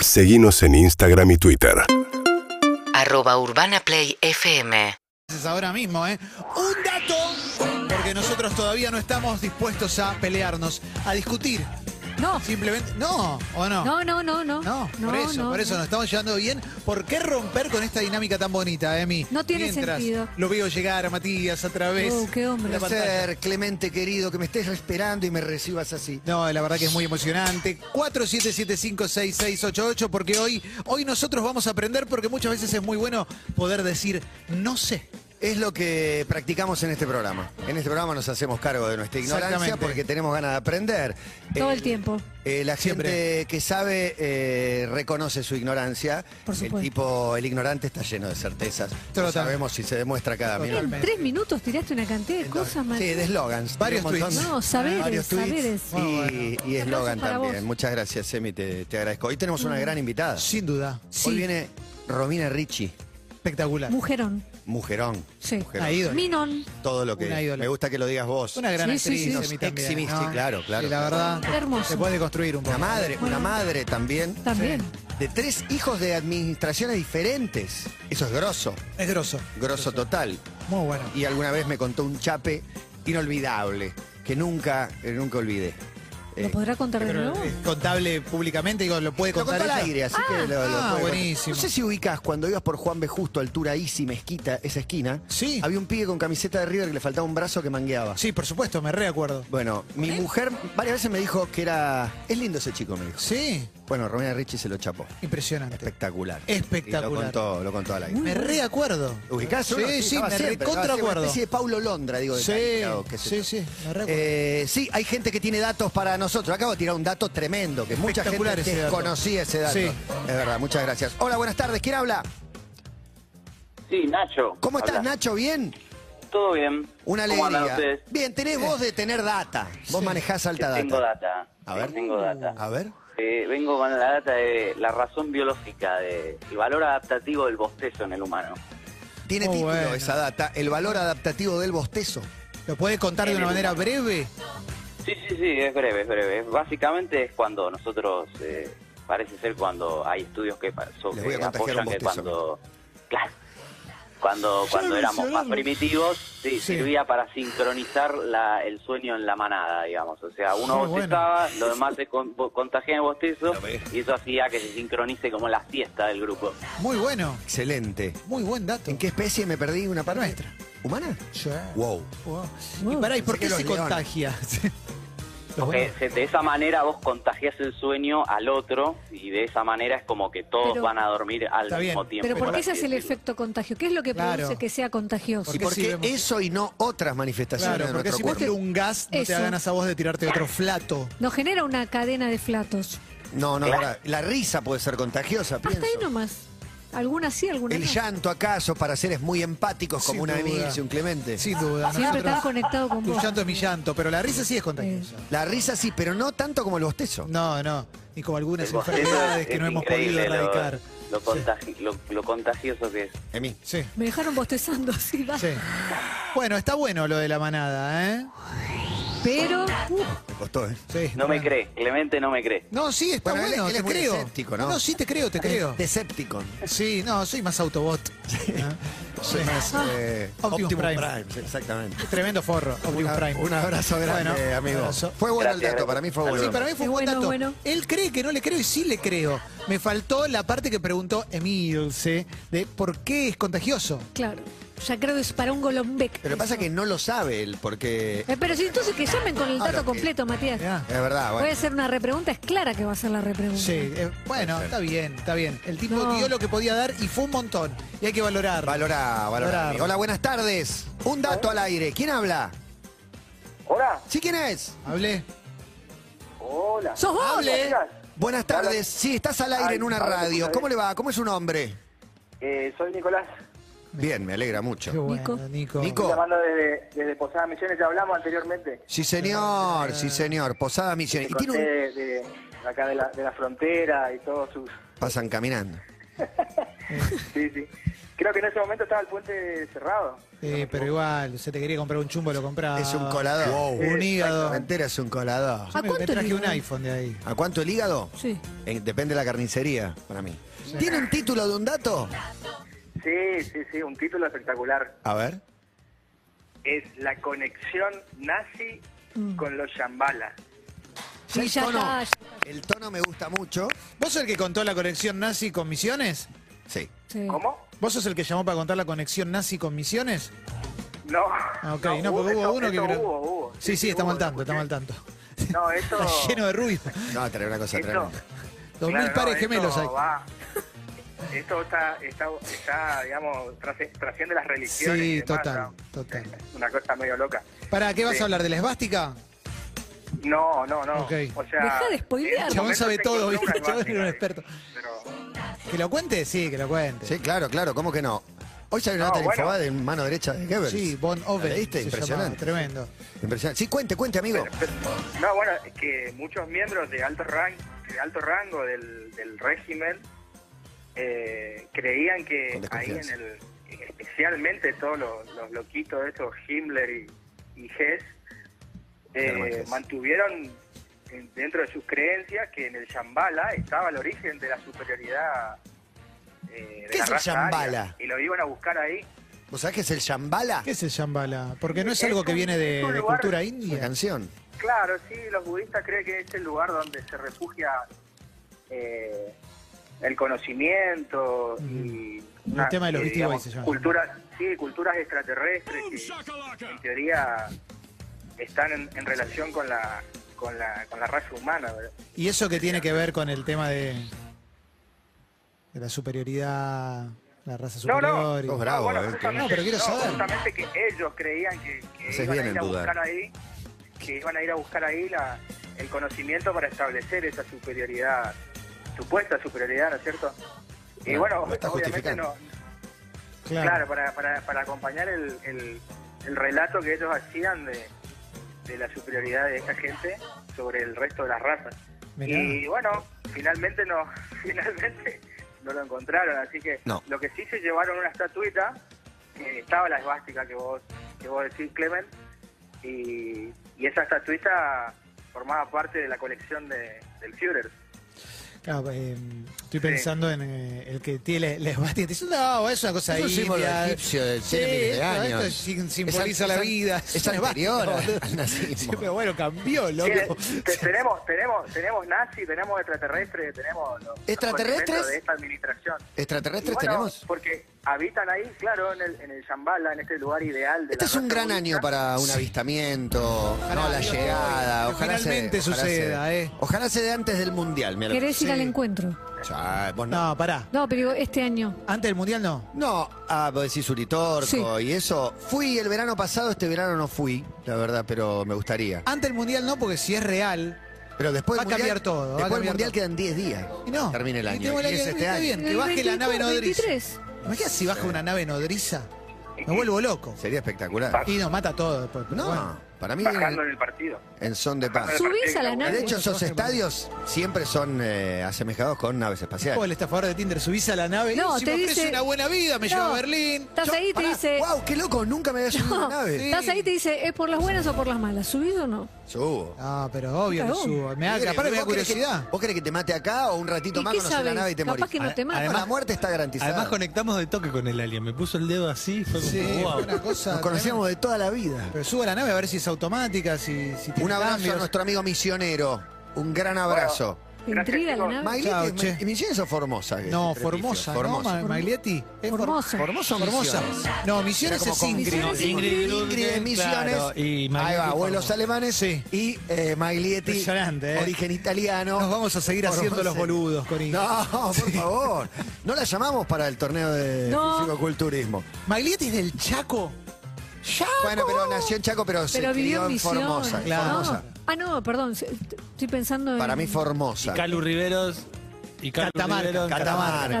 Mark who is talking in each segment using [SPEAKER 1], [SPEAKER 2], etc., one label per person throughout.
[SPEAKER 1] Seguimos en Instagram y Twitter.
[SPEAKER 2] Arroba Urbana Play FM.
[SPEAKER 3] Es ahora mismo, ¿eh? Un dato, porque nosotros todavía no estamos dispuestos a pelearnos, a discutir.
[SPEAKER 4] No,
[SPEAKER 3] Simplemente, no, o no.
[SPEAKER 4] no, no, no, no.
[SPEAKER 3] No, por eso, por eso nos estamos llevando bien. ¿Por qué romper con esta dinámica tan bonita, Emi?
[SPEAKER 4] No tiene
[SPEAKER 3] Mientras
[SPEAKER 4] sentido.
[SPEAKER 3] Lo veo llegar a Matías a través.
[SPEAKER 4] Oh, qué hombre.
[SPEAKER 3] de la
[SPEAKER 5] Un
[SPEAKER 3] pantalla.
[SPEAKER 5] placer, Clemente querido, que me estés esperando y me recibas así.
[SPEAKER 3] No, la verdad que es muy emocionante. 47756688 porque hoy hoy nosotros vamos a aprender porque muchas veces es muy bueno poder decir no sé.
[SPEAKER 5] Es lo que practicamos en este programa. En este programa nos hacemos cargo de nuestra ignorancia
[SPEAKER 3] Exactamente.
[SPEAKER 5] porque tenemos ganas de aprender.
[SPEAKER 4] Todo el tiempo.
[SPEAKER 5] eh, la
[SPEAKER 3] Siempre.
[SPEAKER 5] gente que sabe eh, reconoce su ignorancia.
[SPEAKER 4] Por supuesto.
[SPEAKER 5] El tipo, el ignorante está lleno de certezas.
[SPEAKER 3] Total.
[SPEAKER 5] Lo sabemos si se demuestra cada
[SPEAKER 3] Total.
[SPEAKER 5] minuto.
[SPEAKER 4] En tres minutos tiraste una cantidad de
[SPEAKER 5] Entonces,
[SPEAKER 4] cosas, Mati.
[SPEAKER 5] Sí, de eslogans.
[SPEAKER 3] Varios
[SPEAKER 5] Tiene un montón
[SPEAKER 3] tweets.
[SPEAKER 5] de-
[SPEAKER 4] No, saberes,
[SPEAKER 5] varios tweets
[SPEAKER 4] saberes.
[SPEAKER 5] Y,
[SPEAKER 3] Muy bueno.
[SPEAKER 5] y
[SPEAKER 4] Aplausos
[SPEAKER 5] eslogan
[SPEAKER 4] para
[SPEAKER 5] también.
[SPEAKER 4] vos.
[SPEAKER 5] Muchas gracias, Emi, te, te agradezco. Hoy tenemos una gran invitada.
[SPEAKER 3] Sin duda.
[SPEAKER 4] Sí.
[SPEAKER 5] Hoy viene Romina Ricci,
[SPEAKER 3] Espectacular.
[SPEAKER 4] Mujerón.
[SPEAKER 5] mujerón.
[SPEAKER 4] Sí.
[SPEAKER 5] Mujerón.
[SPEAKER 3] Una ídola.
[SPEAKER 4] Minón.
[SPEAKER 5] todo lo
[SPEAKER 3] Una
[SPEAKER 5] que
[SPEAKER 3] ídola.
[SPEAKER 5] me gusta que lo digas vos.
[SPEAKER 3] Una gran
[SPEAKER 4] Sí, sí,
[SPEAKER 3] actriz.
[SPEAKER 4] sí.
[SPEAKER 3] Emi, también,
[SPEAKER 5] Eximiste,
[SPEAKER 3] ¿no?
[SPEAKER 5] claro, claro.
[SPEAKER 3] Sí, la verdad.
[SPEAKER 4] Hermoso.
[SPEAKER 3] Se puede construir un poco.
[SPEAKER 5] Una madre, una
[SPEAKER 4] Bueno.
[SPEAKER 5] madre también.
[SPEAKER 4] También.
[SPEAKER 5] De tres hijos de administraciones diferentes. Eso es grosso,
[SPEAKER 3] Es grosso.
[SPEAKER 5] grosso total.
[SPEAKER 3] Muy bueno.
[SPEAKER 5] Y alguna vez me contó un chape inolvidable, que nunca, eh, nunca olvidé.
[SPEAKER 4] ¿Lo
[SPEAKER 5] Eh,
[SPEAKER 4] podrá contar de
[SPEAKER 3] Pero
[SPEAKER 4] nuevo?
[SPEAKER 3] es contable públicamente, digo, lo puede
[SPEAKER 5] lo contó
[SPEAKER 3] contar
[SPEAKER 5] al
[SPEAKER 3] ella?
[SPEAKER 5] aire, así que lo, lo
[SPEAKER 3] ah,
[SPEAKER 5] puede contar.
[SPEAKER 3] buenísimo.
[SPEAKER 5] No sé si ubicás cuando ibas por Juan B. Justo, altura Isi, Mezquita, esa esquina.
[SPEAKER 3] Sí.
[SPEAKER 5] Había un pibe con camiseta de River que le faltaba un brazo que mangueaba.
[SPEAKER 3] Sí, ¿Eh? por supuesto, me reacuerdo.
[SPEAKER 5] Bueno, mi mujer varias veces me dijo que era. Es lindo ese chico, me dijo.
[SPEAKER 3] Sí,
[SPEAKER 5] Bueno, Romina Ricci se lo chapó.
[SPEAKER 3] impresionante.
[SPEAKER 5] Espectacular.
[SPEAKER 3] Espectacular.
[SPEAKER 5] Y lo contó, lo contó al aire.
[SPEAKER 3] Me reacuerdo.
[SPEAKER 5] ¿Ubicás?
[SPEAKER 3] Sí,
[SPEAKER 5] uno?
[SPEAKER 3] sí,
[SPEAKER 5] estaba
[SPEAKER 3] me
[SPEAKER 5] siempre, estaba siempre, Una
[SPEAKER 3] recontracuerdo.
[SPEAKER 5] especie de Paulo Londra, digo. De
[SPEAKER 3] Sí,
[SPEAKER 5] Caica o qué sé
[SPEAKER 3] sí,
[SPEAKER 5] yo.
[SPEAKER 3] sí, me recuerdo.
[SPEAKER 5] Eh, sí, hay gente que tiene datos para nosotros. Acabo de tirar un dato tremendo, que mucha gente
[SPEAKER 3] Espectacular ese dato.
[SPEAKER 5] desconocía ese dato.
[SPEAKER 3] Sí.
[SPEAKER 5] Es verdad, muchas gracias. Hola, buenas tardes. ¿Quién habla?
[SPEAKER 6] Sí, Nacho.
[SPEAKER 5] ¿Cómo estás,
[SPEAKER 6] Habla.
[SPEAKER 5] Nacho? ¿Bien?
[SPEAKER 6] Todo bien.
[SPEAKER 5] Una
[SPEAKER 6] ¿Cómo andan
[SPEAKER 5] alegría.
[SPEAKER 6] ustedes?
[SPEAKER 5] Bien, tenés voz de tener data. Vos manejás alta
[SPEAKER 6] Que Tengo
[SPEAKER 5] data.
[SPEAKER 6] data.
[SPEAKER 5] A
[SPEAKER 6] que
[SPEAKER 5] ver.
[SPEAKER 6] Tengo data.
[SPEAKER 5] A ver.
[SPEAKER 6] Eh, vengo con la data de la razón biológica, de el valor adaptativo del bostezo en el humano.
[SPEAKER 5] Tiene
[SPEAKER 3] Muy
[SPEAKER 5] título
[SPEAKER 3] bueno.
[SPEAKER 5] esa data, el valor adaptativo del bostezo.
[SPEAKER 3] ¿Lo puede contar de una manera breve?
[SPEAKER 6] Sí, sí, sí, es breve, es breve. Es- Básicamente es cuando nosotros, eh, parece ser cuando hay estudios que pa- sobre-
[SPEAKER 5] Les voy a contagiar
[SPEAKER 6] apoyan
[SPEAKER 5] un
[SPEAKER 6] que
[SPEAKER 5] bostezo.
[SPEAKER 6] cuando... Claro. Cuando,
[SPEAKER 3] Ya
[SPEAKER 6] cuando
[SPEAKER 3] lo
[SPEAKER 6] éramos más
[SPEAKER 3] mencionamos.
[SPEAKER 6] primitivos, sí,
[SPEAKER 3] Sí.
[SPEAKER 6] servía para sincronizar la- el sueño en la manada, digamos. O sea, uno
[SPEAKER 5] Ah,
[SPEAKER 3] Muy bueno.
[SPEAKER 6] bostezaba, los demás se con, bo- contagiaban el bostezo, y eso hacía que se sincronice como la siesta del grupo.
[SPEAKER 5] Ah,
[SPEAKER 3] Muy bueno,
[SPEAKER 5] Excelente.
[SPEAKER 3] muy buen dato.
[SPEAKER 5] ¿En qué especie me perdí una parte?
[SPEAKER 3] Nuestra.
[SPEAKER 5] ¿Humana?
[SPEAKER 3] Sí.
[SPEAKER 5] Wow.
[SPEAKER 3] Wow. Y pará, ¿y por
[SPEAKER 5] Pensé que
[SPEAKER 3] qué
[SPEAKER 5] los
[SPEAKER 3] se
[SPEAKER 5] leones.
[SPEAKER 3] contagia? Sí. Los
[SPEAKER 6] Porque
[SPEAKER 3] buenos.
[SPEAKER 6] Eh, se- de esa manera vos contagias el sueño al otro y de esa manera es como que todos
[SPEAKER 4] Pero-
[SPEAKER 6] van a dormir al
[SPEAKER 3] Está bien.
[SPEAKER 6] mismo tiempo.
[SPEAKER 4] Pero ¿por qué
[SPEAKER 6] así
[SPEAKER 4] ese es el
[SPEAKER 6] decirlo.
[SPEAKER 4] efecto contagio? ¿Qué es lo que
[SPEAKER 3] Claro.
[SPEAKER 4] produce que sea contagioso?
[SPEAKER 5] ¿Y
[SPEAKER 3] Porque
[SPEAKER 5] por
[SPEAKER 3] sí
[SPEAKER 5] qué
[SPEAKER 3] vemos.
[SPEAKER 5] eso y no otras manifestaciones
[SPEAKER 3] Claro,
[SPEAKER 5] de
[SPEAKER 3] porque
[SPEAKER 5] nuestro
[SPEAKER 3] si vos
[SPEAKER 5] cuerpo?
[SPEAKER 3] te ungás, no te
[SPEAKER 4] Eso.
[SPEAKER 3] hagan esa voz de tirarte otro flato.
[SPEAKER 4] Nos genera una cadena de flatos.
[SPEAKER 5] No, no, ahora, la risa puede ser contagiosa, pienso.
[SPEAKER 4] Hasta ahí nomás. Algunas sí, algunas
[SPEAKER 5] El
[SPEAKER 4] no.
[SPEAKER 5] llanto, acaso, para seres muy empáticos como
[SPEAKER 3] Sin
[SPEAKER 5] una
[SPEAKER 3] duda.
[SPEAKER 5] Emilce, un Clemente.
[SPEAKER 3] Sin duda.
[SPEAKER 4] Siempre
[SPEAKER 3] nosotros-
[SPEAKER 4] estás conectado con
[SPEAKER 3] Tu
[SPEAKER 4] vos.
[SPEAKER 3] llanto es mi llanto, pero la risa sí es contagiosa.
[SPEAKER 5] La risa sí, pero no tanto como el bostezo.
[SPEAKER 3] No, no. Y como algunas
[SPEAKER 6] El bostezo
[SPEAKER 3] enfermedades
[SPEAKER 6] es-
[SPEAKER 3] que
[SPEAKER 6] es
[SPEAKER 3] no hemos podido
[SPEAKER 6] increíble lo-
[SPEAKER 3] erradicar.
[SPEAKER 6] Lo, contagi- lo- lo contagioso que es.
[SPEAKER 5] Emi.
[SPEAKER 3] Sí,
[SPEAKER 4] Me dejaron bostezando así, va.
[SPEAKER 3] sí. Bueno, está bueno lo de la manada, ¿eh?
[SPEAKER 4] Pero, uh,
[SPEAKER 5] Me costó, ¿eh?
[SPEAKER 3] Sí.
[SPEAKER 6] No me
[SPEAKER 3] creo.
[SPEAKER 6] cree, Clemente no me cree.
[SPEAKER 3] No, sí, está
[SPEAKER 5] Bueno,
[SPEAKER 3] bueno,
[SPEAKER 5] él- él
[SPEAKER 3] te
[SPEAKER 5] es muy
[SPEAKER 3] creo.
[SPEAKER 5] escéptico, ¿no?
[SPEAKER 3] sí, te creo, te creo.
[SPEAKER 5] Eh, Decepticon.
[SPEAKER 3] Sí, no, soy más Autobot. ¿Ah? Sí. Ah.
[SPEAKER 5] Más, eh,
[SPEAKER 3] Optimus Prime.
[SPEAKER 5] sí, exactamente.
[SPEAKER 3] Tremendo forro, Optimus
[SPEAKER 5] Una-
[SPEAKER 3] Prime.
[SPEAKER 5] Un abrazo grande,
[SPEAKER 3] Bueno,
[SPEAKER 5] amigo.
[SPEAKER 3] un abrazo.
[SPEAKER 5] Fue bueno el
[SPEAKER 6] Gracias,
[SPEAKER 5] dato,
[SPEAKER 6] gracias.
[SPEAKER 5] para mí fue
[SPEAKER 6] Sí,
[SPEAKER 5] Ah, bueno.
[SPEAKER 3] Sí, para mí fue un buen
[SPEAKER 4] Bueno,
[SPEAKER 3] dato.
[SPEAKER 4] bueno.
[SPEAKER 3] Él cree que no le creo y sí le creo. Me faltó la parte que preguntó Emilce de por qué es contagioso.
[SPEAKER 4] claro, ya creo que es para un golombec.
[SPEAKER 5] Pero pasa que no lo sabe él, porque
[SPEAKER 4] Eh, pero si entonces que llamen con el
[SPEAKER 5] Ahora
[SPEAKER 4] dato
[SPEAKER 5] que-
[SPEAKER 4] completo, Matías.
[SPEAKER 3] Mirá.
[SPEAKER 5] es verdad.
[SPEAKER 4] Voy a
[SPEAKER 5] Bueno.
[SPEAKER 4] hacer una repregunta, es clara que va a ser la repregunta.
[SPEAKER 3] Sí, eh, bueno, está bien, está bien. El tipo
[SPEAKER 4] No.
[SPEAKER 3] dio lo que podía dar y fue un montón. Y hay que valorar.
[SPEAKER 5] Valorá, valorá.
[SPEAKER 3] Valorar.
[SPEAKER 5] amigo. Hola, buenas tardes. Un dato al aire. ¿Quién habla?
[SPEAKER 6] Hola,
[SPEAKER 5] ¿Sí quién es?
[SPEAKER 3] Hablé.
[SPEAKER 6] hola.
[SPEAKER 4] ¡Sos vos!
[SPEAKER 5] Hable. Buenas
[SPEAKER 6] Hola.
[SPEAKER 5] tardes. Sí, estás al aire
[SPEAKER 6] Ay,
[SPEAKER 5] en una
[SPEAKER 6] ahora me
[SPEAKER 5] radio.
[SPEAKER 6] escuchas
[SPEAKER 5] ¿Cómo le va? ¿Cómo es su nombre?
[SPEAKER 7] Eh,
[SPEAKER 6] soy Nicolás.
[SPEAKER 5] Bien, me alegra
[SPEAKER 3] Qué
[SPEAKER 5] mucho.
[SPEAKER 3] bueno,
[SPEAKER 4] Nico.
[SPEAKER 3] Nico.
[SPEAKER 5] Nico.
[SPEAKER 6] desde, desde Posada Misiones, ya hablamos anteriormente.
[SPEAKER 5] Sí, señor, sí, señor. Posada Misiones. Y tiene un-
[SPEAKER 6] de, acá de la, frontera y todos sus...
[SPEAKER 5] Pasan caminando.
[SPEAKER 6] Sí, sí.
[SPEAKER 7] Creo que en ese momento estaba el puente cerrado.
[SPEAKER 3] Sí, pero igual, se te quería comprar un chumbo, lo compraba.
[SPEAKER 5] Es un colador.
[SPEAKER 3] Ah,
[SPEAKER 5] Eh,
[SPEAKER 3] Un hígado.
[SPEAKER 5] La entera es un colador.
[SPEAKER 6] Ah.
[SPEAKER 3] Yo me-
[SPEAKER 4] ¿A
[SPEAKER 3] me
[SPEAKER 4] cuánto el
[SPEAKER 3] traje un
[SPEAKER 4] hígado?
[SPEAKER 3] iPhone de ahí.
[SPEAKER 5] ¿A cuánto el hígado?
[SPEAKER 4] Sí.
[SPEAKER 5] Eh, depende de la carnicería, para mí. ¿Tiene un título de un dato?
[SPEAKER 7] Sí, sí, sí, un título espectacular.
[SPEAKER 5] A ver.
[SPEAKER 7] Es la conexión nazi con los Shambhala.
[SPEAKER 5] Ya
[SPEAKER 4] Y
[SPEAKER 5] el,
[SPEAKER 4] ya
[SPEAKER 5] tono,
[SPEAKER 4] está.
[SPEAKER 5] el tono me gusta mucho.
[SPEAKER 3] ¿Vos sos el que contó la conexión nazi con misiones?
[SPEAKER 5] Sí.
[SPEAKER 4] sí.
[SPEAKER 7] ¿Cómo?
[SPEAKER 3] ¿Vos sos el que llamó para contar la conexión nazi con misiones?
[SPEAKER 7] No.
[SPEAKER 3] Ah, ok, no, porque
[SPEAKER 7] esto-
[SPEAKER 3] hubo uno que.
[SPEAKER 7] esto
[SPEAKER 3] creo-
[SPEAKER 7] Hubo, hubo.
[SPEAKER 3] Sí, sí, estamos al
[SPEAKER 7] hubo,
[SPEAKER 3] tanto, estamos al tanto.
[SPEAKER 7] No, esto.
[SPEAKER 3] Está lleno de ruido.
[SPEAKER 5] No, trae una cosa
[SPEAKER 7] Esto-
[SPEAKER 5] tremenda.
[SPEAKER 3] Dos
[SPEAKER 7] Claro,
[SPEAKER 3] mil
[SPEAKER 7] no,
[SPEAKER 3] pares
[SPEAKER 7] esto
[SPEAKER 3] gemelos hay.
[SPEAKER 7] va- Esto está, está, está, digamos, trasce- trasciende las religiones. y
[SPEAKER 3] Sí,
[SPEAKER 7] demás,
[SPEAKER 3] total,
[SPEAKER 7] ¿no?
[SPEAKER 3] total.
[SPEAKER 7] Una cosa medio loca.
[SPEAKER 3] ¿Para qué vas
[SPEAKER 7] Sí.
[SPEAKER 3] a hablar? ¿De la esvástica?
[SPEAKER 7] No, no, no.
[SPEAKER 3] Ok.
[SPEAKER 7] O sea,
[SPEAKER 4] Deja de spoilear.
[SPEAKER 7] en ese
[SPEAKER 4] El
[SPEAKER 3] chabón
[SPEAKER 7] momento
[SPEAKER 3] sabe
[SPEAKER 7] se
[SPEAKER 3] todo,
[SPEAKER 7] encontró
[SPEAKER 3] ¿viste? El
[SPEAKER 7] una
[SPEAKER 3] chabón era un
[SPEAKER 7] básica,
[SPEAKER 3] experto.
[SPEAKER 7] Pero,
[SPEAKER 3] ¿Que lo cuente? Sí, que lo cuente.
[SPEAKER 5] Sí, claro, claro, ¿cómo que no? Hoy salió una
[SPEAKER 7] No,
[SPEAKER 5] nota en
[SPEAKER 7] bueno.
[SPEAKER 5] Infobae de mano derecha de Goebbels.
[SPEAKER 3] Sí, Von Oven.
[SPEAKER 5] ¿La leíste?
[SPEAKER 3] se llamaba,
[SPEAKER 5] Impresionante.
[SPEAKER 3] Tremendo.
[SPEAKER 5] Impresionante. Sí, cuente, cuente, amigo.
[SPEAKER 7] no, bueno, es que muchos miembros de alto, ran- de alto rango del, del régimen eh, creían que
[SPEAKER 5] Con
[SPEAKER 7] ahí en
[SPEAKER 5] desconfianza.
[SPEAKER 7] el, especialmente todos los, los loquitos estos, Himmler y, y Hess, eh,
[SPEAKER 5] Hermann Hess.
[SPEAKER 7] mantuvieron en- dentro de sus creencias que en el Shambhala estaba el origen de la superioridad eh, de
[SPEAKER 5] ¿Qué
[SPEAKER 7] la
[SPEAKER 5] es el
[SPEAKER 7] raza aria,
[SPEAKER 5] Shambhala?
[SPEAKER 7] y lo iban a buscar ahí.
[SPEAKER 5] ¿Vos sabés qué es el Shambhala?
[SPEAKER 3] ¿Qué es el Shambhala? Porque no es
[SPEAKER 7] Es
[SPEAKER 3] algo que
[SPEAKER 7] un-
[SPEAKER 3] viene de,
[SPEAKER 7] es un
[SPEAKER 3] de
[SPEAKER 7] lugar-
[SPEAKER 3] cultura
[SPEAKER 5] Una
[SPEAKER 3] india.
[SPEAKER 5] canción.
[SPEAKER 7] Claro, sí, los budistas creen que es el lugar donde se refugia eh, el conocimiento y
[SPEAKER 3] El tema de los Beastie Boys se llama.
[SPEAKER 7] culturas, sí, culturas extraterrestres que en teoría están en, en relación con la, con la con la raza humana. ¿verdad?
[SPEAKER 3] ¿Y eso que tiene que ver con el tema de, de la superioridad, la raza
[SPEAKER 7] No,
[SPEAKER 3] superior?
[SPEAKER 7] no.
[SPEAKER 3] y-
[SPEAKER 5] Sos bravo,
[SPEAKER 7] bueno,
[SPEAKER 5] eh, que-
[SPEAKER 7] justamente-
[SPEAKER 3] No, pero quiero saber.
[SPEAKER 7] justamente que ellos creían que, que
[SPEAKER 5] Haces
[SPEAKER 7] iban
[SPEAKER 5] bien
[SPEAKER 7] a ir
[SPEAKER 5] en
[SPEAKER 7] a
[SPEAKER 5] dudar.
[SPEAKER 7] buscar ahí, que iban a ir a buscar ahí la, el conocimiento para establecer esa superioridad, supuesta superioridad, ¿no es cierto? Y
[SPEAKER 5] Claro,
[SPEAKER 7] bueno,
[SPEAKER 5] lo estás
[SPEAKER 7] obviamente
[SPEAKER 5] justificando.
[SPEAKER 7] no. Claro, para, para, para acompañar el, el, el relato que ellos hacían de, de la superioridad de esta gente sobre el resto de las razas.
[SPEAKER 3] Mirá.
[SPEAKER 7] Y bueno, finalmente no, finalmente no lo encontraron, así que
[SPEAKER 5] No.
[SPEAKER 7] lo que sí se llevaron una estatuita, que estaba la esvástica que vos, que vos decís, Clement, y, y esa estatuita formaba parte de la colección de, del Führer.
[SPEAKER 3] Claro, eh, estoy pensando en eh, el que tiene la esvástica. Te dice, no, es una cosa
[SPEAKER 5] Es un símbolo
[SPEAKER 3] india.
[SPEAKER 5] egipcio de
[SPEAKER 3] Sí,
[SPEAKER 5] tiene miles de
[SPEAKER 3] esto-
[SPEAKER 5] años.
[SPEAKER 3] esto sim- simboliza
[SPEAKER 5] Es an-
[SPEAKER 3] la
[SPEAKER 5] es an-
[SPEAKER 3] vida.
[SPEAKER 5] es
[SPEAKER 3] una
[SPEAKER 5] anterior
[SPEAKER 3] esvástica,
[SPEAKER 5] al- al nazismo.
[SPEAKER 3] Sí, pero bueno, cambió, loco.
[SPEAKER 7] Sí, te- tenemos, tenemos, tenemos nazi, tenemos extraterrestres, tenemos los, los
[SPEAKER 5] ¿Extraterrestres?
[SPEAKER 7] condimentos de esta administración.
[SPEAKER 5] ¿Extraterrestres
[SPEAKER 7] Y bueno,
[SPEAKER 5] tenemos?
[SPEAKER 7] Porque habitan ahí, claro, en el, en el Shambhala, en este lugar ideal. De
[SPEAKER 5] Este
[SPEAKER 7] la
[SPEAKER 5] es un
[SPEAKER 7] raza
[SPEAKER 5] gran
[SPEAKER 7] budista.
[SPEAKER 5] año para un avistamiento, no la
[SPEAKER 3] Dios,
[SPEAKER 5] llegada.
[SPEAKER 3] que
[SPEAKER 5] Ojalá se dé,
[SPEAKER 3] finalmente
[SPEAKER 5] ojalá
[SPEAKER 3] suceda,
[SPEAKER 5] se dé.
[SPEAKER 3] eh.
[SPEAKER 5] Ojalá se dé antes del mundial. mira lo que-
[SPEAKER 4] ¿Querés ir al encuentro?
[SPEAKER 5] Ya, vos no.
[SPEAKER 3] No, pará.
[SPEAKER 4] No, pero digo, este año.
[SPEAKER 3] Antes del mundial no.
[SPEAKER 5] No, ah, vos decís Uritorco
[SPEAKER 4] Sí.
[SPEAKER 5] y eso. Fui el verano pasado, este verano no fui, la verdad, pero me gustaría.
[SPEAKER 3] Antes del mundial no, porque si es real.
[SPEAKER 5] Pero después
[SPEAKER 3] Ah, Va a
[SPEAKER 5] del mundial,
[SPEAKER 3] cambiar todo, va a
[SPEAKER 5] Después del
[SPEAKER 3] cambiar
[SPEAKER 5] mundial
[SPEAKER 3] todo.
[SPEAKER 5] quedan 10 días.
[SPEAKER 3] Y no.
[SPEAKER 5] Termina el
[SPEAKER 3] Y
[SPEAKER 5] año.
[SPEAKER 3] tengo la-
[SPEAKER 5] y es
[SPEAKER 3] está
[SPEAKER 5] este año.
[SPEAKER 3] bien, que baje la nave nodriza.
[SPEAKER 4] 23.
[SPEAKER 3] Imagínate si baja una nave nodriza. Me vuelvo loco.
[SPEAKER 5] Sería espectacular.
[SPEAKER 3] Y nos mata todo después. pero
[SPEAKER 5] No,
[SPEAKER 3] Ah, bueno. Ah,
[SPEAKER 5] para mí
[SPEAKER 7] Bajando en el partido.
[SPEAKER 5] en son de paz.
[SPEAKER 4] Subís a la
[SPEAKER 5] Y
[SPEAKER 4] nave.
[SPEAKER 5] De hecho, esos estadios siempre son eh, asemejados con naves
[SPEAKER 3] O el
[SPEAKER 5] espaciales.
[SPEAKER 3] estafador de Tinder, subís a la nave
[SPEAKER 4] No,
[SPEAKER 3] y si
[SPEAKER 4] te
[SPEAKER 3] me ofrece
[SPEAKER 4] dice-
[SPEAKER 3] una buena vida, me
[SPEAKER 4] No.
[SPEAKER 3] lleva a Berlín.
[SPEAKER 4] Estás ahí y te dice.
[SPEAKER 5] ¡Wow! ¡Qué loco! Nunca me había subido a
[SPEAKER 4] No,
[SPEAKER 5] una nave.
[SPEAKER 3] Sí.
[SPEAKER 4] Estás ahí y te dice, ¿es por las buenas o por las malas? ¿Subís o no?
[SPEAKER 5] Subo.
[SPEAKER 3] Ah, pero obvio que
[SPEAKER 4] Cagón.
[SPEAKER 3] subo. Me da,
[SPEAKER 5] Mire,
[SPEAKER 3] aparte me da
[SPEAKER 5] ¿vos querés que-
[SPEAKER 3] curiosidad.
[SPEAKER 5] ¿Vos querés que te mate acá o un ratito
[SPEAKER 4] ¿Y
[SPEAKER 5] más
[SPEAKER 4] qué
[SPEAKER 5] conoces la
[SPEAKER 4] sabés?
[SPEAKER 5] nave y te
[SPEAKER 4] Capaz
[SPEAKER 5] morís?
[SPEAKER 4] que no te mata.
[SPEAKER 5] Además, la muerte está garantizada.
[SPEAKER 8] Además conectamos de toque con el alien. Me puso el dedo así, fue como,
[SPEAKER 3] Sí,
[SPEAKER 8] wow.
[SPEAKER 3] una cosa.
[SPEAKER 5] Nos conocíamos de toda la vida.
[SPEAKER 3] tremenda. Pero subo a la nave a ver si es automática, si, si tiene
[SPEAKER 5] Un abrazo
[SPEAKER 3] cambios.
[SPEAKER 5] a nuestro amigo misionero. Un gran abrazo.
[SPEAKER 4] ¿Intriga la
[SPEAKER 7] chicos.
[SPEAKER 4] nave?
[SPEAKER 5] Maglietti
[SPEAKER 3] Chao,
[SPEAKER 5] es-
[SPEAKER 3] che.
[SPEAKER 5] ¿Misiones o Formosa?
[SPEAKER 3] No,
[SPEAKER 5] Este prefijo,
[SPEAKER 3] Formosa,
[SPEAKER 5] Formosa.
[SPEAKER 3] ¿no? Ma- Maglietti. ¿Es for-
[SPEAKER 4] Formosa.
[SPEAKER 5] Formosa o
[SPEAKER 3] Formosa.
[SPEAKER 5] Misiones?
[SPEAKER 3] No, Misiones
[SPEAKER 5] Era
[SPEAKER 3] es
[SPEAKER 5] como
[SPEAKER 3] Ingrid.
[SPEAKER 4] Misiones,
[SPEAKER 5] Ingrid, Ingrid es Misiones.
[SPEAKER 8] claro, y
[SPEAKER 5] Ahí
[SPEAKER 8] Maglietti
[SPEAKER 5] va, abuelos
[SPEAKER 8] Formosa.
[SPEAKER 5] alemanes
[SPEAKER 3] Sí.
[SPEAKER 5] y eh, Maglietti,
[SPEAKER 3] Impresionante, ¿eh?
[SPEAKER 5] origen italiano.
[SPEAKER 3] Nos vamos a seguir
[SPEAKER 5] Formosa.
[SPEAKER 3] haciendo los boludos con Ingrid.
[SPEAKER 5] No, por favor. No la llamamos para el torneo de
[SPEAKER 4] No.
[SPEAKER 5] fisicoculturismo.
[SPEAKER 3] Maglietti es del Chaco. ¡Chaco!
[SPEAKER 5] Bueno, pero nació en Chaco, pero, se
[SPEAKER 4] Pero vivió
[SPEAKER 5] crió
[SPEAKER 4] en
[SPEAKER 5] en
[SPEAKER 4] Misiones.
[SPEAKER 5] Formosa.
[SPEAKER 3] Claro.
[SPEAKER 5] Formosa.
[SPEAKER 4] No. Ah, no, perdón. se- t- Estoy pensando en...
[SPEAKER 5] Para mí Formosa.
[SPEAKER 8] Calu Riveros y Calu
[SPEAKER 3] Catamarca,
[SPEAKER 8] Riveros,
[SPEAKER 5] Catamarca,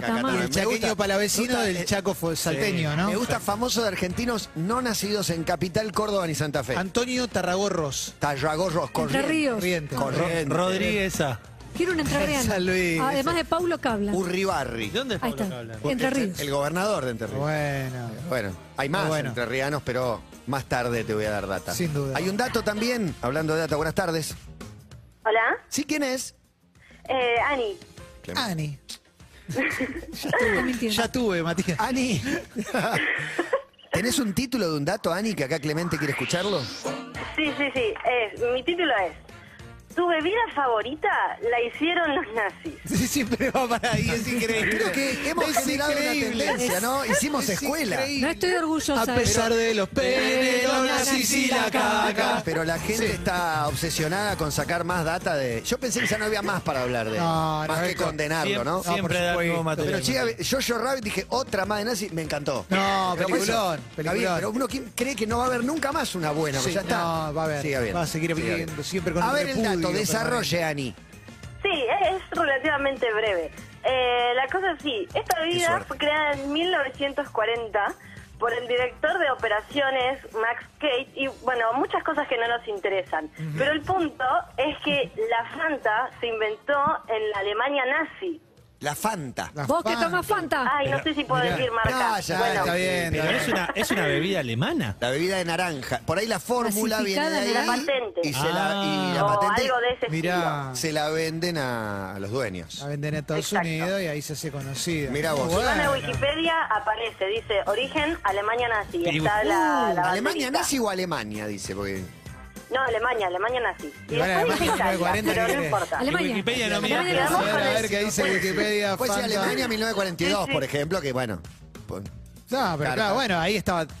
[SPEAKER 4] Catamarca.
[SPEAKER 5] Catamarca.
[SPEAKER 3] Y
[SPEAKER 5] Me
[SPEAKER 3] el chaqueño
[SPEAKER 5] gusta- me
[SPEAKER 3] palavecino
[SPEAKER 5] gusta- eh,
[SPEAKER 3] del Chaco fue salteño, ¿no?
[SPEAKER 5] Me gusta famoso de argentinos no nacidos en Capital, Córdoba ni Santa Fe.
[SPEAKER 3] Antonio Tarragorros.
[SPEAKER 5] Tallagorros,
[SPEAKER 4] Entre
[SPEAKER 5] Corrientes.
[SPEAKER 4] Ríos.
[SPEAKER 3] Corrientes.
[SPEAKER 5] Corrientes.
[SPEAKER 8] Rodríguez ah. A.
[SPEAKER 4] Quiero un entrerriano.
[SPEAKER 3] San Luis.
[SPEAKER 4] Además de Paulo Cabla.
[SPEAKER 5] Urribarri. Este,
[SPEAKER 8] ¿De dónde es
[SPEAKER 4] Ahí
[SPEAKER 8] Pablo
[SPEAKER 4] está.
[SPEAKER 8] Cablan?
[SPEAKER 4] Entre Ríos.
[SPEAKER 5] El gobernador de Entre Ríos.
[SPEAKER 3] Bueno.
[SPEAKER 5] Bueno, hay más
[SPEAKER 3] Bueno.
[SPEAKER 5] entrerrianos, pero más tarde te voy a dar data.
[SPEAKER 3] Sin duda.
[SPEAKER 5] Hay un dato también, hablando de data, buenas tardes.
[SPEAKER 7] Hola,
[SPEAKER 5] ¿Sí quién es?
[SPEAKER 7] eh, Ani.
[SPEAKER 3] Ani.
[SPEAKER 4] Está mintiendo.
[SPEAKER 3] Ya tuve, Matías.
[SPEAKER 5] Ani. ¿Tenés un título de un dato, Ani, que acá Clemente quiere escucharlo?
[SPEAKER 7] Sí, sí, sí. Es, mi título es Tu bebida favorita la hicieron los nazis.
[SPEAKER 3] Sí, siempre va para ahí, es increíble.
[SPEAKER 5] Creo que hemos generado una tendencia, ¿no? Hicimos
[SPEAKER 3] Es
[SPEAKER 5] escuela.
[SPEAKER 3] increíble.
[SPEAKER 4] No estoy orgullosa.
[SPEAKER 3] A pesar de los penes, los nazis y la caca.
[SPEAKER 5] Pero la gente está obsesionada con sacar más data de. Yo pensé que ya no había más para hablar de.
[SPEAKER 3] No, no,
[SPEAKER 5] más que
[SPEAKER 3] esto-
[SPEAKER 5] condenarlo, ¿no?
[SPEAKER 3] por
[SPEAKER 8] Siempre da
[SPEAKER 3] supuesto.
[SPEAKER 8] nuevo material.
[SPEAKER 5] Pero chica, yo, yo Rabbit dije otra más de nazi, me encantó.
[SPEAKER 3] No,
[SPEAKER 5] Pero
[SPEAKER 3] peliculón,
[SPEAKER 5] por eso,
[SPEAKER 3] peliculón.
[SPEAKER 5] Javier, pero uno qui- cree que no va a haber nunca más una buena, pues
[SPEAKER 3] Sí,
[SPEAKER 5] ya está.
[SPEAKER 3] no, va a haber.
[SPEAKER 5] Sigue habiendo.
[SPEAKER 3] Va a seguir
[SPEAKER 5] Sigue
[SPEAKER 3] habiendo, siempre con
[SPEAKER 5] A
[SPEAKER 3] un
[SPEAKER 5] ver el
[SPEAKER 3] repudio
[SPEAKER 5] dato, desarrolle, Ani.
[SPEAKER 7] Sí, es, es relativamente breve. Eh, la cosa es así. Esta bebida
[SPEAKER 5] suerte.
[SPEAKER 7] fue creada en 1940 por el director de operaciones Max Kate y bueno, muchas cosas que no nos interesan. Pero el punto es que la Fanta se inventó en la Alemania nazi.
[SPEAKER 5] La Fanta.
[SPEAKER 4] Vos que tomas Fanta.
[SPEAKER 7] Ay, no sé si puedo
[SPEAKER 3] mirá.
[SPEAKER 7] decir marca.
[SPEAKER 5] No, ya,
[SPEAKER 7] bueno,
[SPEAKER 5] está bien.
[SPEAKER 8] Pero es una, es una bebida alemana.
[SPEAKER 5] La bebida de naranja. Por ahí la fórmula viene
[SPEAKER 4] Clasificada
[SPEAKER 5] de ahí.
[SPEAKER 4] en la
[SPEAKER 7] patente.
[SPEAKER 5] Y, se la, y la
[SPEAKER 7] o
[SPEAKER 3] Ah.
[SPEAKER 5] patente
[SPEAKER 7] algo de ese estilo.
[SPEAKER 3] Mirá,
[SPEAKER 5] se la venden a, a los dueños.
[SPEAKER 3] la venden en Estados
[SPEAKER 7] Exacto.
[SPEAKER 3] Unidos y ahí se hace conocida.
[SPEAKER 5] Mirá vos.
[SPEAKER 7] Si van a Wikipedia aparece, dice origen Alemania nazi.
[SPEAKER 8] Y-
[SPEAKER 7] Está la, la
[SPEAKER 5] ¿Alemania
[SPEAKER 7] banderita.
[SPEAKER 5] nazi o Alemania? Dice, porque.
[SPEAKER 7] No, Alemania, Alemania nazi. Y
[SPEAKER 3] Igual
[SPEAKER 7] después
[SPEAKER 3] Alemania
[SPEAKER 7] dice Italia,
[SPEAKER 3] 1940
[SPEAKER 7] pero no
[SPEAKER 3] quiere.
[SPEAKER 7] importa.
[SPEAKER 4] Alemania.
[SPEAKER 8] Wikipedia no
[SPEAKER 4] Alemania
[SPEAKER 8] mira.
[SPEAKER 4] la
[SPEAKER 3] A
[SPEAKER 7] Vamos
[SPEAKER 3] ver,
[SPEAKER 7] con
[SPEAKER 3] a
[SPEAKER 7] el-
[SPEAKER 3] ver qué dice Wikipedia.
[SPEAKER 5] Pues sí,
[SPEAKER 3] Fanta.
[SPEAKER 5] Alemania 1942, por ejemplo, que bueno. pon-
[SPEAKER 3] No, pero claro, bueno, ahí estaba. estaba-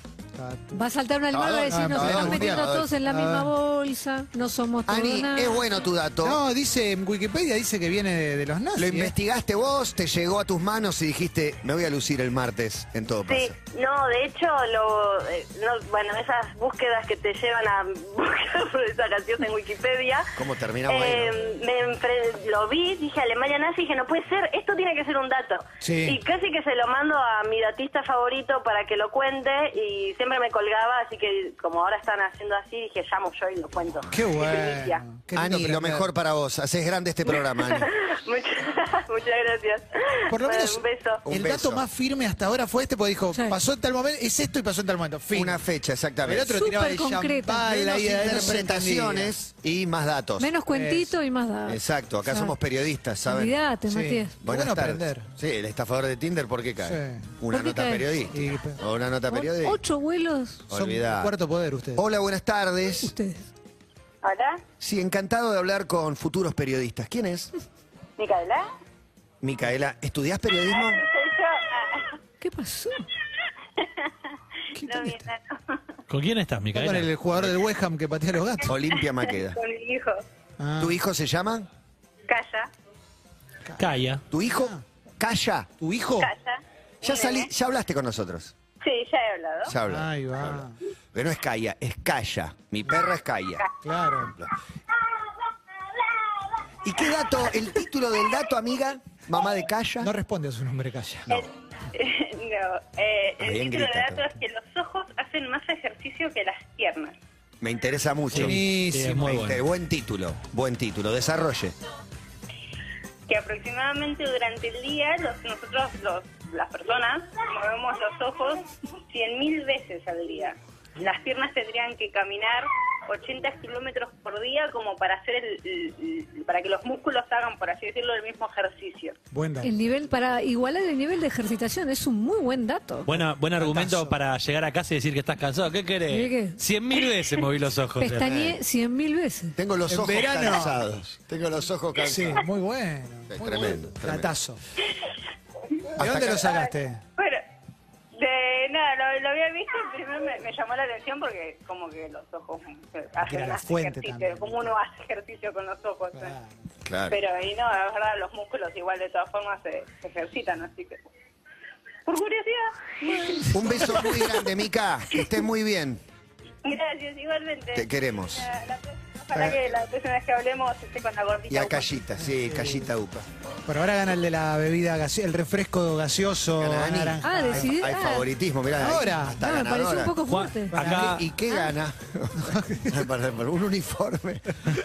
[SPEAKER 4] Va a saltar una almada y va a decir,
[SPEAKER 3] Perdón,
[SPEAKER 4] nos
[SPEAKER 3] perdón,
[SPEAKER 4] están metiendo
[SPEAKER 5] perdón.
[SPEAKER 4] todos en la misma bolsa. No somos todos
[SPEAKER 5] Ani,
[SPEAKER 4] nada.
[SPEAKER 5] es bueno tu dato.
[SPEAKER 3] No, dice en Wikipedia dice que viene de, de los nazis.
[SPEAKER 5] Lo
[SPEAKER 3] ¿eh?
[SPEAKER 5] investigaste vos, te llegó a tus manos y dijiste, me voy a lucir el martes en todo
[SPEAKER 7] Sí,
[SPEAKER 5] caso.
[SPEAKER 7] no, de hecho, lo, eh, no, bueno, esas búsquedas que te llevan a buscar por esa canción en Wikipedia.
[SPEAKER 5] ¿Cómo terminamos ahí,
[SPEAKER 7] eh, me enfre- lo vi, dije Alemania nazi, dije, no puede ser, esto tiene que ser un dato.
[SPEAKER 3] Sí.
[SPEAKER 7] Y casi que se lo mando a mi datista favorito para que lo cuente y siempre me colgaba, así que como ahora están haciendo así, dije, llamo yo y lo cuento.
[SPEAKER 3] Qué
[SPEAKER 7] Primicia.
[SPEAKER 3] bueno. qué lindo
[SPEAKER 5] Ani, lo
[SPEAKER 3] aprender.
[SPEAKER 5] mejor para vos. Haces grande este programa, Ani.
[SPEAKER 7] Muchas, muchas gracias.
[SPEAKER 3] Por lo
[SPEAKER 7] Bueno,
[SPEAKER 3] menos
[SPEAKER 7] un beso.
[SPEAKER 5] Un
[SPEAKER 3] el
[SPEAKER 5] beso.
[SPEAKER 3] dato más firme hasta ahora fue este, porque dijo,
[SPEAKER 4] Sí.
[SPEAKER 3] pasó en tal momento, es esto y pasó en tal momento. Fin.
[SPEAKER 5] Una fecha,
[SPEAKER 3] el
[SPEAKER 5] exactamente.
[SPEAKER 3] otro
[SPEAKER 4] Súper
[SPEAKER 3] tiraba el
[SPEAKER 4] concreta.
[SPEAKER 3] champán, la
[SPEAKER 5] Menos
[SPEAKER 3] idea de interpretaciones.
[SPEAKER 5] interpretaciones y más datos.
[SPEAKER 4] Menos cuentito y más dados.
[SPEAKER 5] Exacto, acá
[SPEAKER 4] Claro.
[SPEAKER 5] somos periodistas, ¿saben?
[SPEAKER 4] Olvídate,
[SPEAKER 3] Sí.
[SPEAKER 4] Matías.
[SPEAKER 5] Buenas
[SPEAKER 3] Bueno
[SPEAKER 5] tardes.
[SPEAKER 3] aprender.
[SPEAKER 5] Sí, el estafador de Tinder, ¿por qué cae?
[SPEAKER 3] Sí.
[SPEAKER 5] Una
[SPEAKER 4] ¿Por qué
[SPEAKER 5] nota
[SPEAKER 4] cae?
[SPEAKER 3] Y-
[SPEAKER 5] periodística. O una nota
[SPEAKER 4] O-
[SPEAKER 5] periodística.
[SPEAKER 4] Ocho vuelos
[SPEAKER 3] Son
[SPEAKER 5] Olvidá.
[SPEAKER 3] cuarto poder ustedes.
[SPEAKER 5] Hola, buenas tardes.
[SPEAKER 4] ustedes.
[SPEAKER 7] Hola,
[SPEAKER 5] Sí, encantado de hablar con futuros periodistas. ¿Quién es?
[SPEAKER 7] Micaela.
[SPEAKER 5] Micaela, ¿estudiás periodismo?
[SPEAKER 7] Soy yo. Ah,
[SPEAKER 4] ¿Qué pasó?
[SPEAKER 7] no, bien, no.
[SPEAKER 8] ¿Con quién estás,
[SPEAKER 3] Está Con el
[SPEAKER 8] Micaela?
[SPEAKER 3] jugador del West Ham que patea los gatos.
[SPEAKER 5] Olimpia Maqueda.
[SPEAKER 7] Con mi hijo.
[SPEAKER 3] Ah.
[SPEAKER 5] ¿Tu hijo se llama?
[SPEAKER 7] Calla,
[SPEAKER 8] Calla.
[SPEAKER 5] ¿Tu hijo?
[SPEAKER 3] Ah.
[SPEAKER 5] Calla.
[SPEAKER 3] ¿Tu hijo?
[SPEAKER 7] calla.
[SPEAKER 5] Ya
[SPEAKER 7] Un
[SPEAKER 5] salí,
[SPEAKER 7] nene.
[SPEAKER 5] ya hablaste con nosotros.
[SPEAKER 7] Sí, ya he hablado.
[SPEAKER 5] Ya hablaste.
[SPEAKER 3] Ahí
[SPEAKER 5] ya
[SPEAKER 3] va.
[SPEAKER 5] hablaste. Pero no es Calla, es Calla. Mi perra es Calla.
[SPEAKER 3] Claro.
[SPEAKER 5] ¿Y qué dato? ¿El título del dato, amiga? ¿Mamá de Calla?
[SPEAKER 3] No responde a su nombre, calla.
[SPEAKER 5] No.
[SPEAKER 7] no, eh,
[SPEAKER 5] Ah, bien
[SPEAKER 7] el título
[SPEAKER 5] grita,
[SPEAKER 7] del dato
[SPEAKER 5] todo.
[SPEAKER 7] es que los ojos hacen más ejercicio que las piernas.
[SPEAKER 5] Me interesa mucho.
[SPEAKER 8] Sí, es
[SPEAKER 3] Buenísimo.
[SPEAKER 8] muy
[SPEAKER 5] Me inter-
[SPEAKER 8] bueno.
[SPEAKER 5] Buen título, buen título. Desarrolle.
[SPEAKER 7] Que aproximadamente durante el día los, nosotros, los, las personas, movemos los ojos 100.000 veces al día. Las piernas tendrían que caminar 80 kilómetros por día como para hacer el- el- el- para que los músculos hagan, por así decirlo, el mismo ejercicio.
[SPEAKER 3] Buen dato.
[SPEAKER 4] El nivel, para igualar el nivel de ejercitación, es un muy buen dato.
[SPEAKER 8] Buena, buen argumento
[SPEAKER 3] Datazo.
[SPEAKER 8] para llegar a casa y decir que estás cansado. ¿Qué
[SPEAKER 4] ¿Qué,
[SPEAKER 8] querés?
[SPEAKER 4] qué?
[SPEAKER 8] Cien mil veces moví los ojos.
[SPEAKER 4] Pestañeé cien mil veces.
[SPEAKER 5] Tengo los
[SPEAKER 3] En
[SPEAKER 5] ojos
[SPEAKER 3] verano.
[SPEAKER 5] cansados. Tengo los ojos cansados.
[SPEAKER 3] Sí, muy bueno.
[SPEAKER 5] Sí,
[SPEAKER 3] muy
[SPEAKER 5] tremendo,
[SPEAKER 3] bueno.
[SPEAKER 5] tremendo.
[SPEAKER 3] Datazo.
[SPEAKER 5] Hasta
[SPEAKER 3] ¿De dónde
[SPEAKER 5] acá-
[SPEAKER 3] lo sacaste?
[SPEAKER 7] Bueno, de nada, lo, lo había visto, primero me, me llamó la atención porque como que los ojos eh,
[SPEAKER 3] era
[SPEAKER 7] hacen
[SPEAKER 3] la
[SPEAKER 7] más
[SPEAKER 3] fuente
[SPEAKER 7] ejercicio,
[SPEAKER 3] también.
[SPEAKER 7] como uno hace ejercicio con los ojos. ¿eh?
[SPEAKER 3] Claro.
[SPEAKER 5] Claro.
[SPEAKER 7] Pero y no, es verdad, los músculos igual de todas formas se, se ejercitan, así que... Por curiosidad.
[SPEAKER 5] Un beso muy grande, Mica. Que estés muy bien.
[SPEAKER 7] Gracias, igualmente.
[SPEAKER 5] Te queremos.
[SPEAKER 7] La- la- ojalá que la próxima vez que hablemos esté con la gordita.
[SPEAKER 5] Y a
[SPEAKER 7] Upa.
[SPEAKER 5] Callita, sí, Callita Upa.
[SPEAKER 3] Por ahora gana el de la bebida, gaseo- el refresco gaseoso
[SPEAKER 5] Gana Dani.
[SPEAKER 3] naranja.
[SPEAKER 4] Ah,
[SPEAKER 5] Hay,
[SPEAKER 4] decidí.
[SPEAKER 5] hay
[SPEAKER 4] ah,
[SPEAKER 5] favoritismo, mirá.
[SPEAKER 3] Ahora.
[SPEAKER 5] hasta
[SPEAKER 4] ah, me pareció
[SPEAKER 5] ganadora.
[SPEAKER 4] un poco Ah.
[SPEAKER 8] Juan,
[SPEAKER 4] fuerte.
[SPEAKER 8] acá,
[SPEAKER 5] ¿Y qué gana? Para- para un uniforme.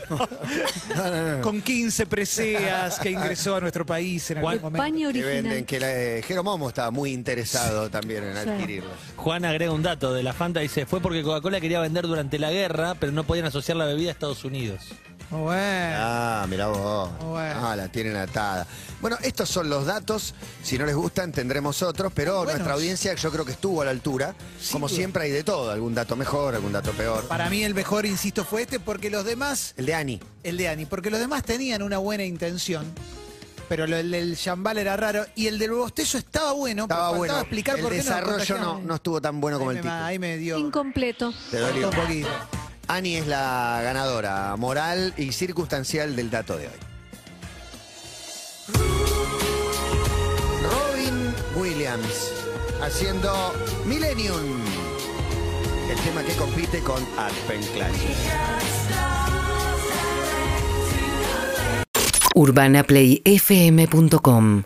[SPEAKER 5] No, no, no.
[SPEAKER 3] Con 15 preseas que ingresó a nuestro país en algún
[SPEAKER 8] Juan-
[SPEAKER 3] momento.
[SPEAKER 4] Paño
[SPEAKER 5] Que venden,
[SPEAKER 4] original.
[SPEAKER 5] que la, eh, Jero Momo estaba muy interesado también en
[SPEAKER 4] Sí.
[SPEAKER 5] adquirirlos.
[SPEAKER 8] Juan agrega un dato de la Fanta. Dice, fue porque Coca-Cola quería vender durante la guerra, pero no podían asociar la bebida a Estados Unidos.
[SPEAKER 3] Muy Bueno.
[SPEAKER 5] Ah, mirá vos.
[SPEAKER 3] Bueno.
[SPEAKER 5] Ah, la tienen atada. Bueno, estos son los datos. Si no les gustan, tendremos otros, pero
[SPEAKER 3] Buenos.
[SPEAKER 5] nuestra audiencia yo creo que estuvo a la altura. Como siempre hay de todo, algún dato mejor, algún dato peor.
[SPEAKER 3] Para mí el mejor, insisto, fue este porque los demás,
[SPEAKER 5] El de Ani.
[SPEAKER 3] el de Ani, porque los demás tenían una buena intención. Pero lo- el del chambal era raro y el del bostezo estaba bueno. pero
[SPEAKER 5] Estaba
[SPEAKER 3] faltaba
[SPEAKER 5] bueno.
[SPEAKER 3] explicar
[SPEAKER 5] el
[SPEAKER 3] por qué nos
[SPEAKER 5] desarrollo no,
[SPEAKER 3] contagiamos.
[SPEAKER 5] no estuvo tan bueno como
[SPEAKER 3] ahí,
[SPEAKER 5] el
[SPEAKER 3] me,
[SPEAKER 5] título.
[SPEAKER 3] ahí me dio
[SPEAKER 4] Incompleto.
[SPEAKER 5] Te dolió.
[SPEAKER 3] un poquito.
[SPEAKER 5] Ani es la ganadora moral y circunstancial del dato de hoy. Robin Williams haciendo Millennium. El tema que compite con Advent Clash.
[SPEAKER 2] urbanaplayfm.com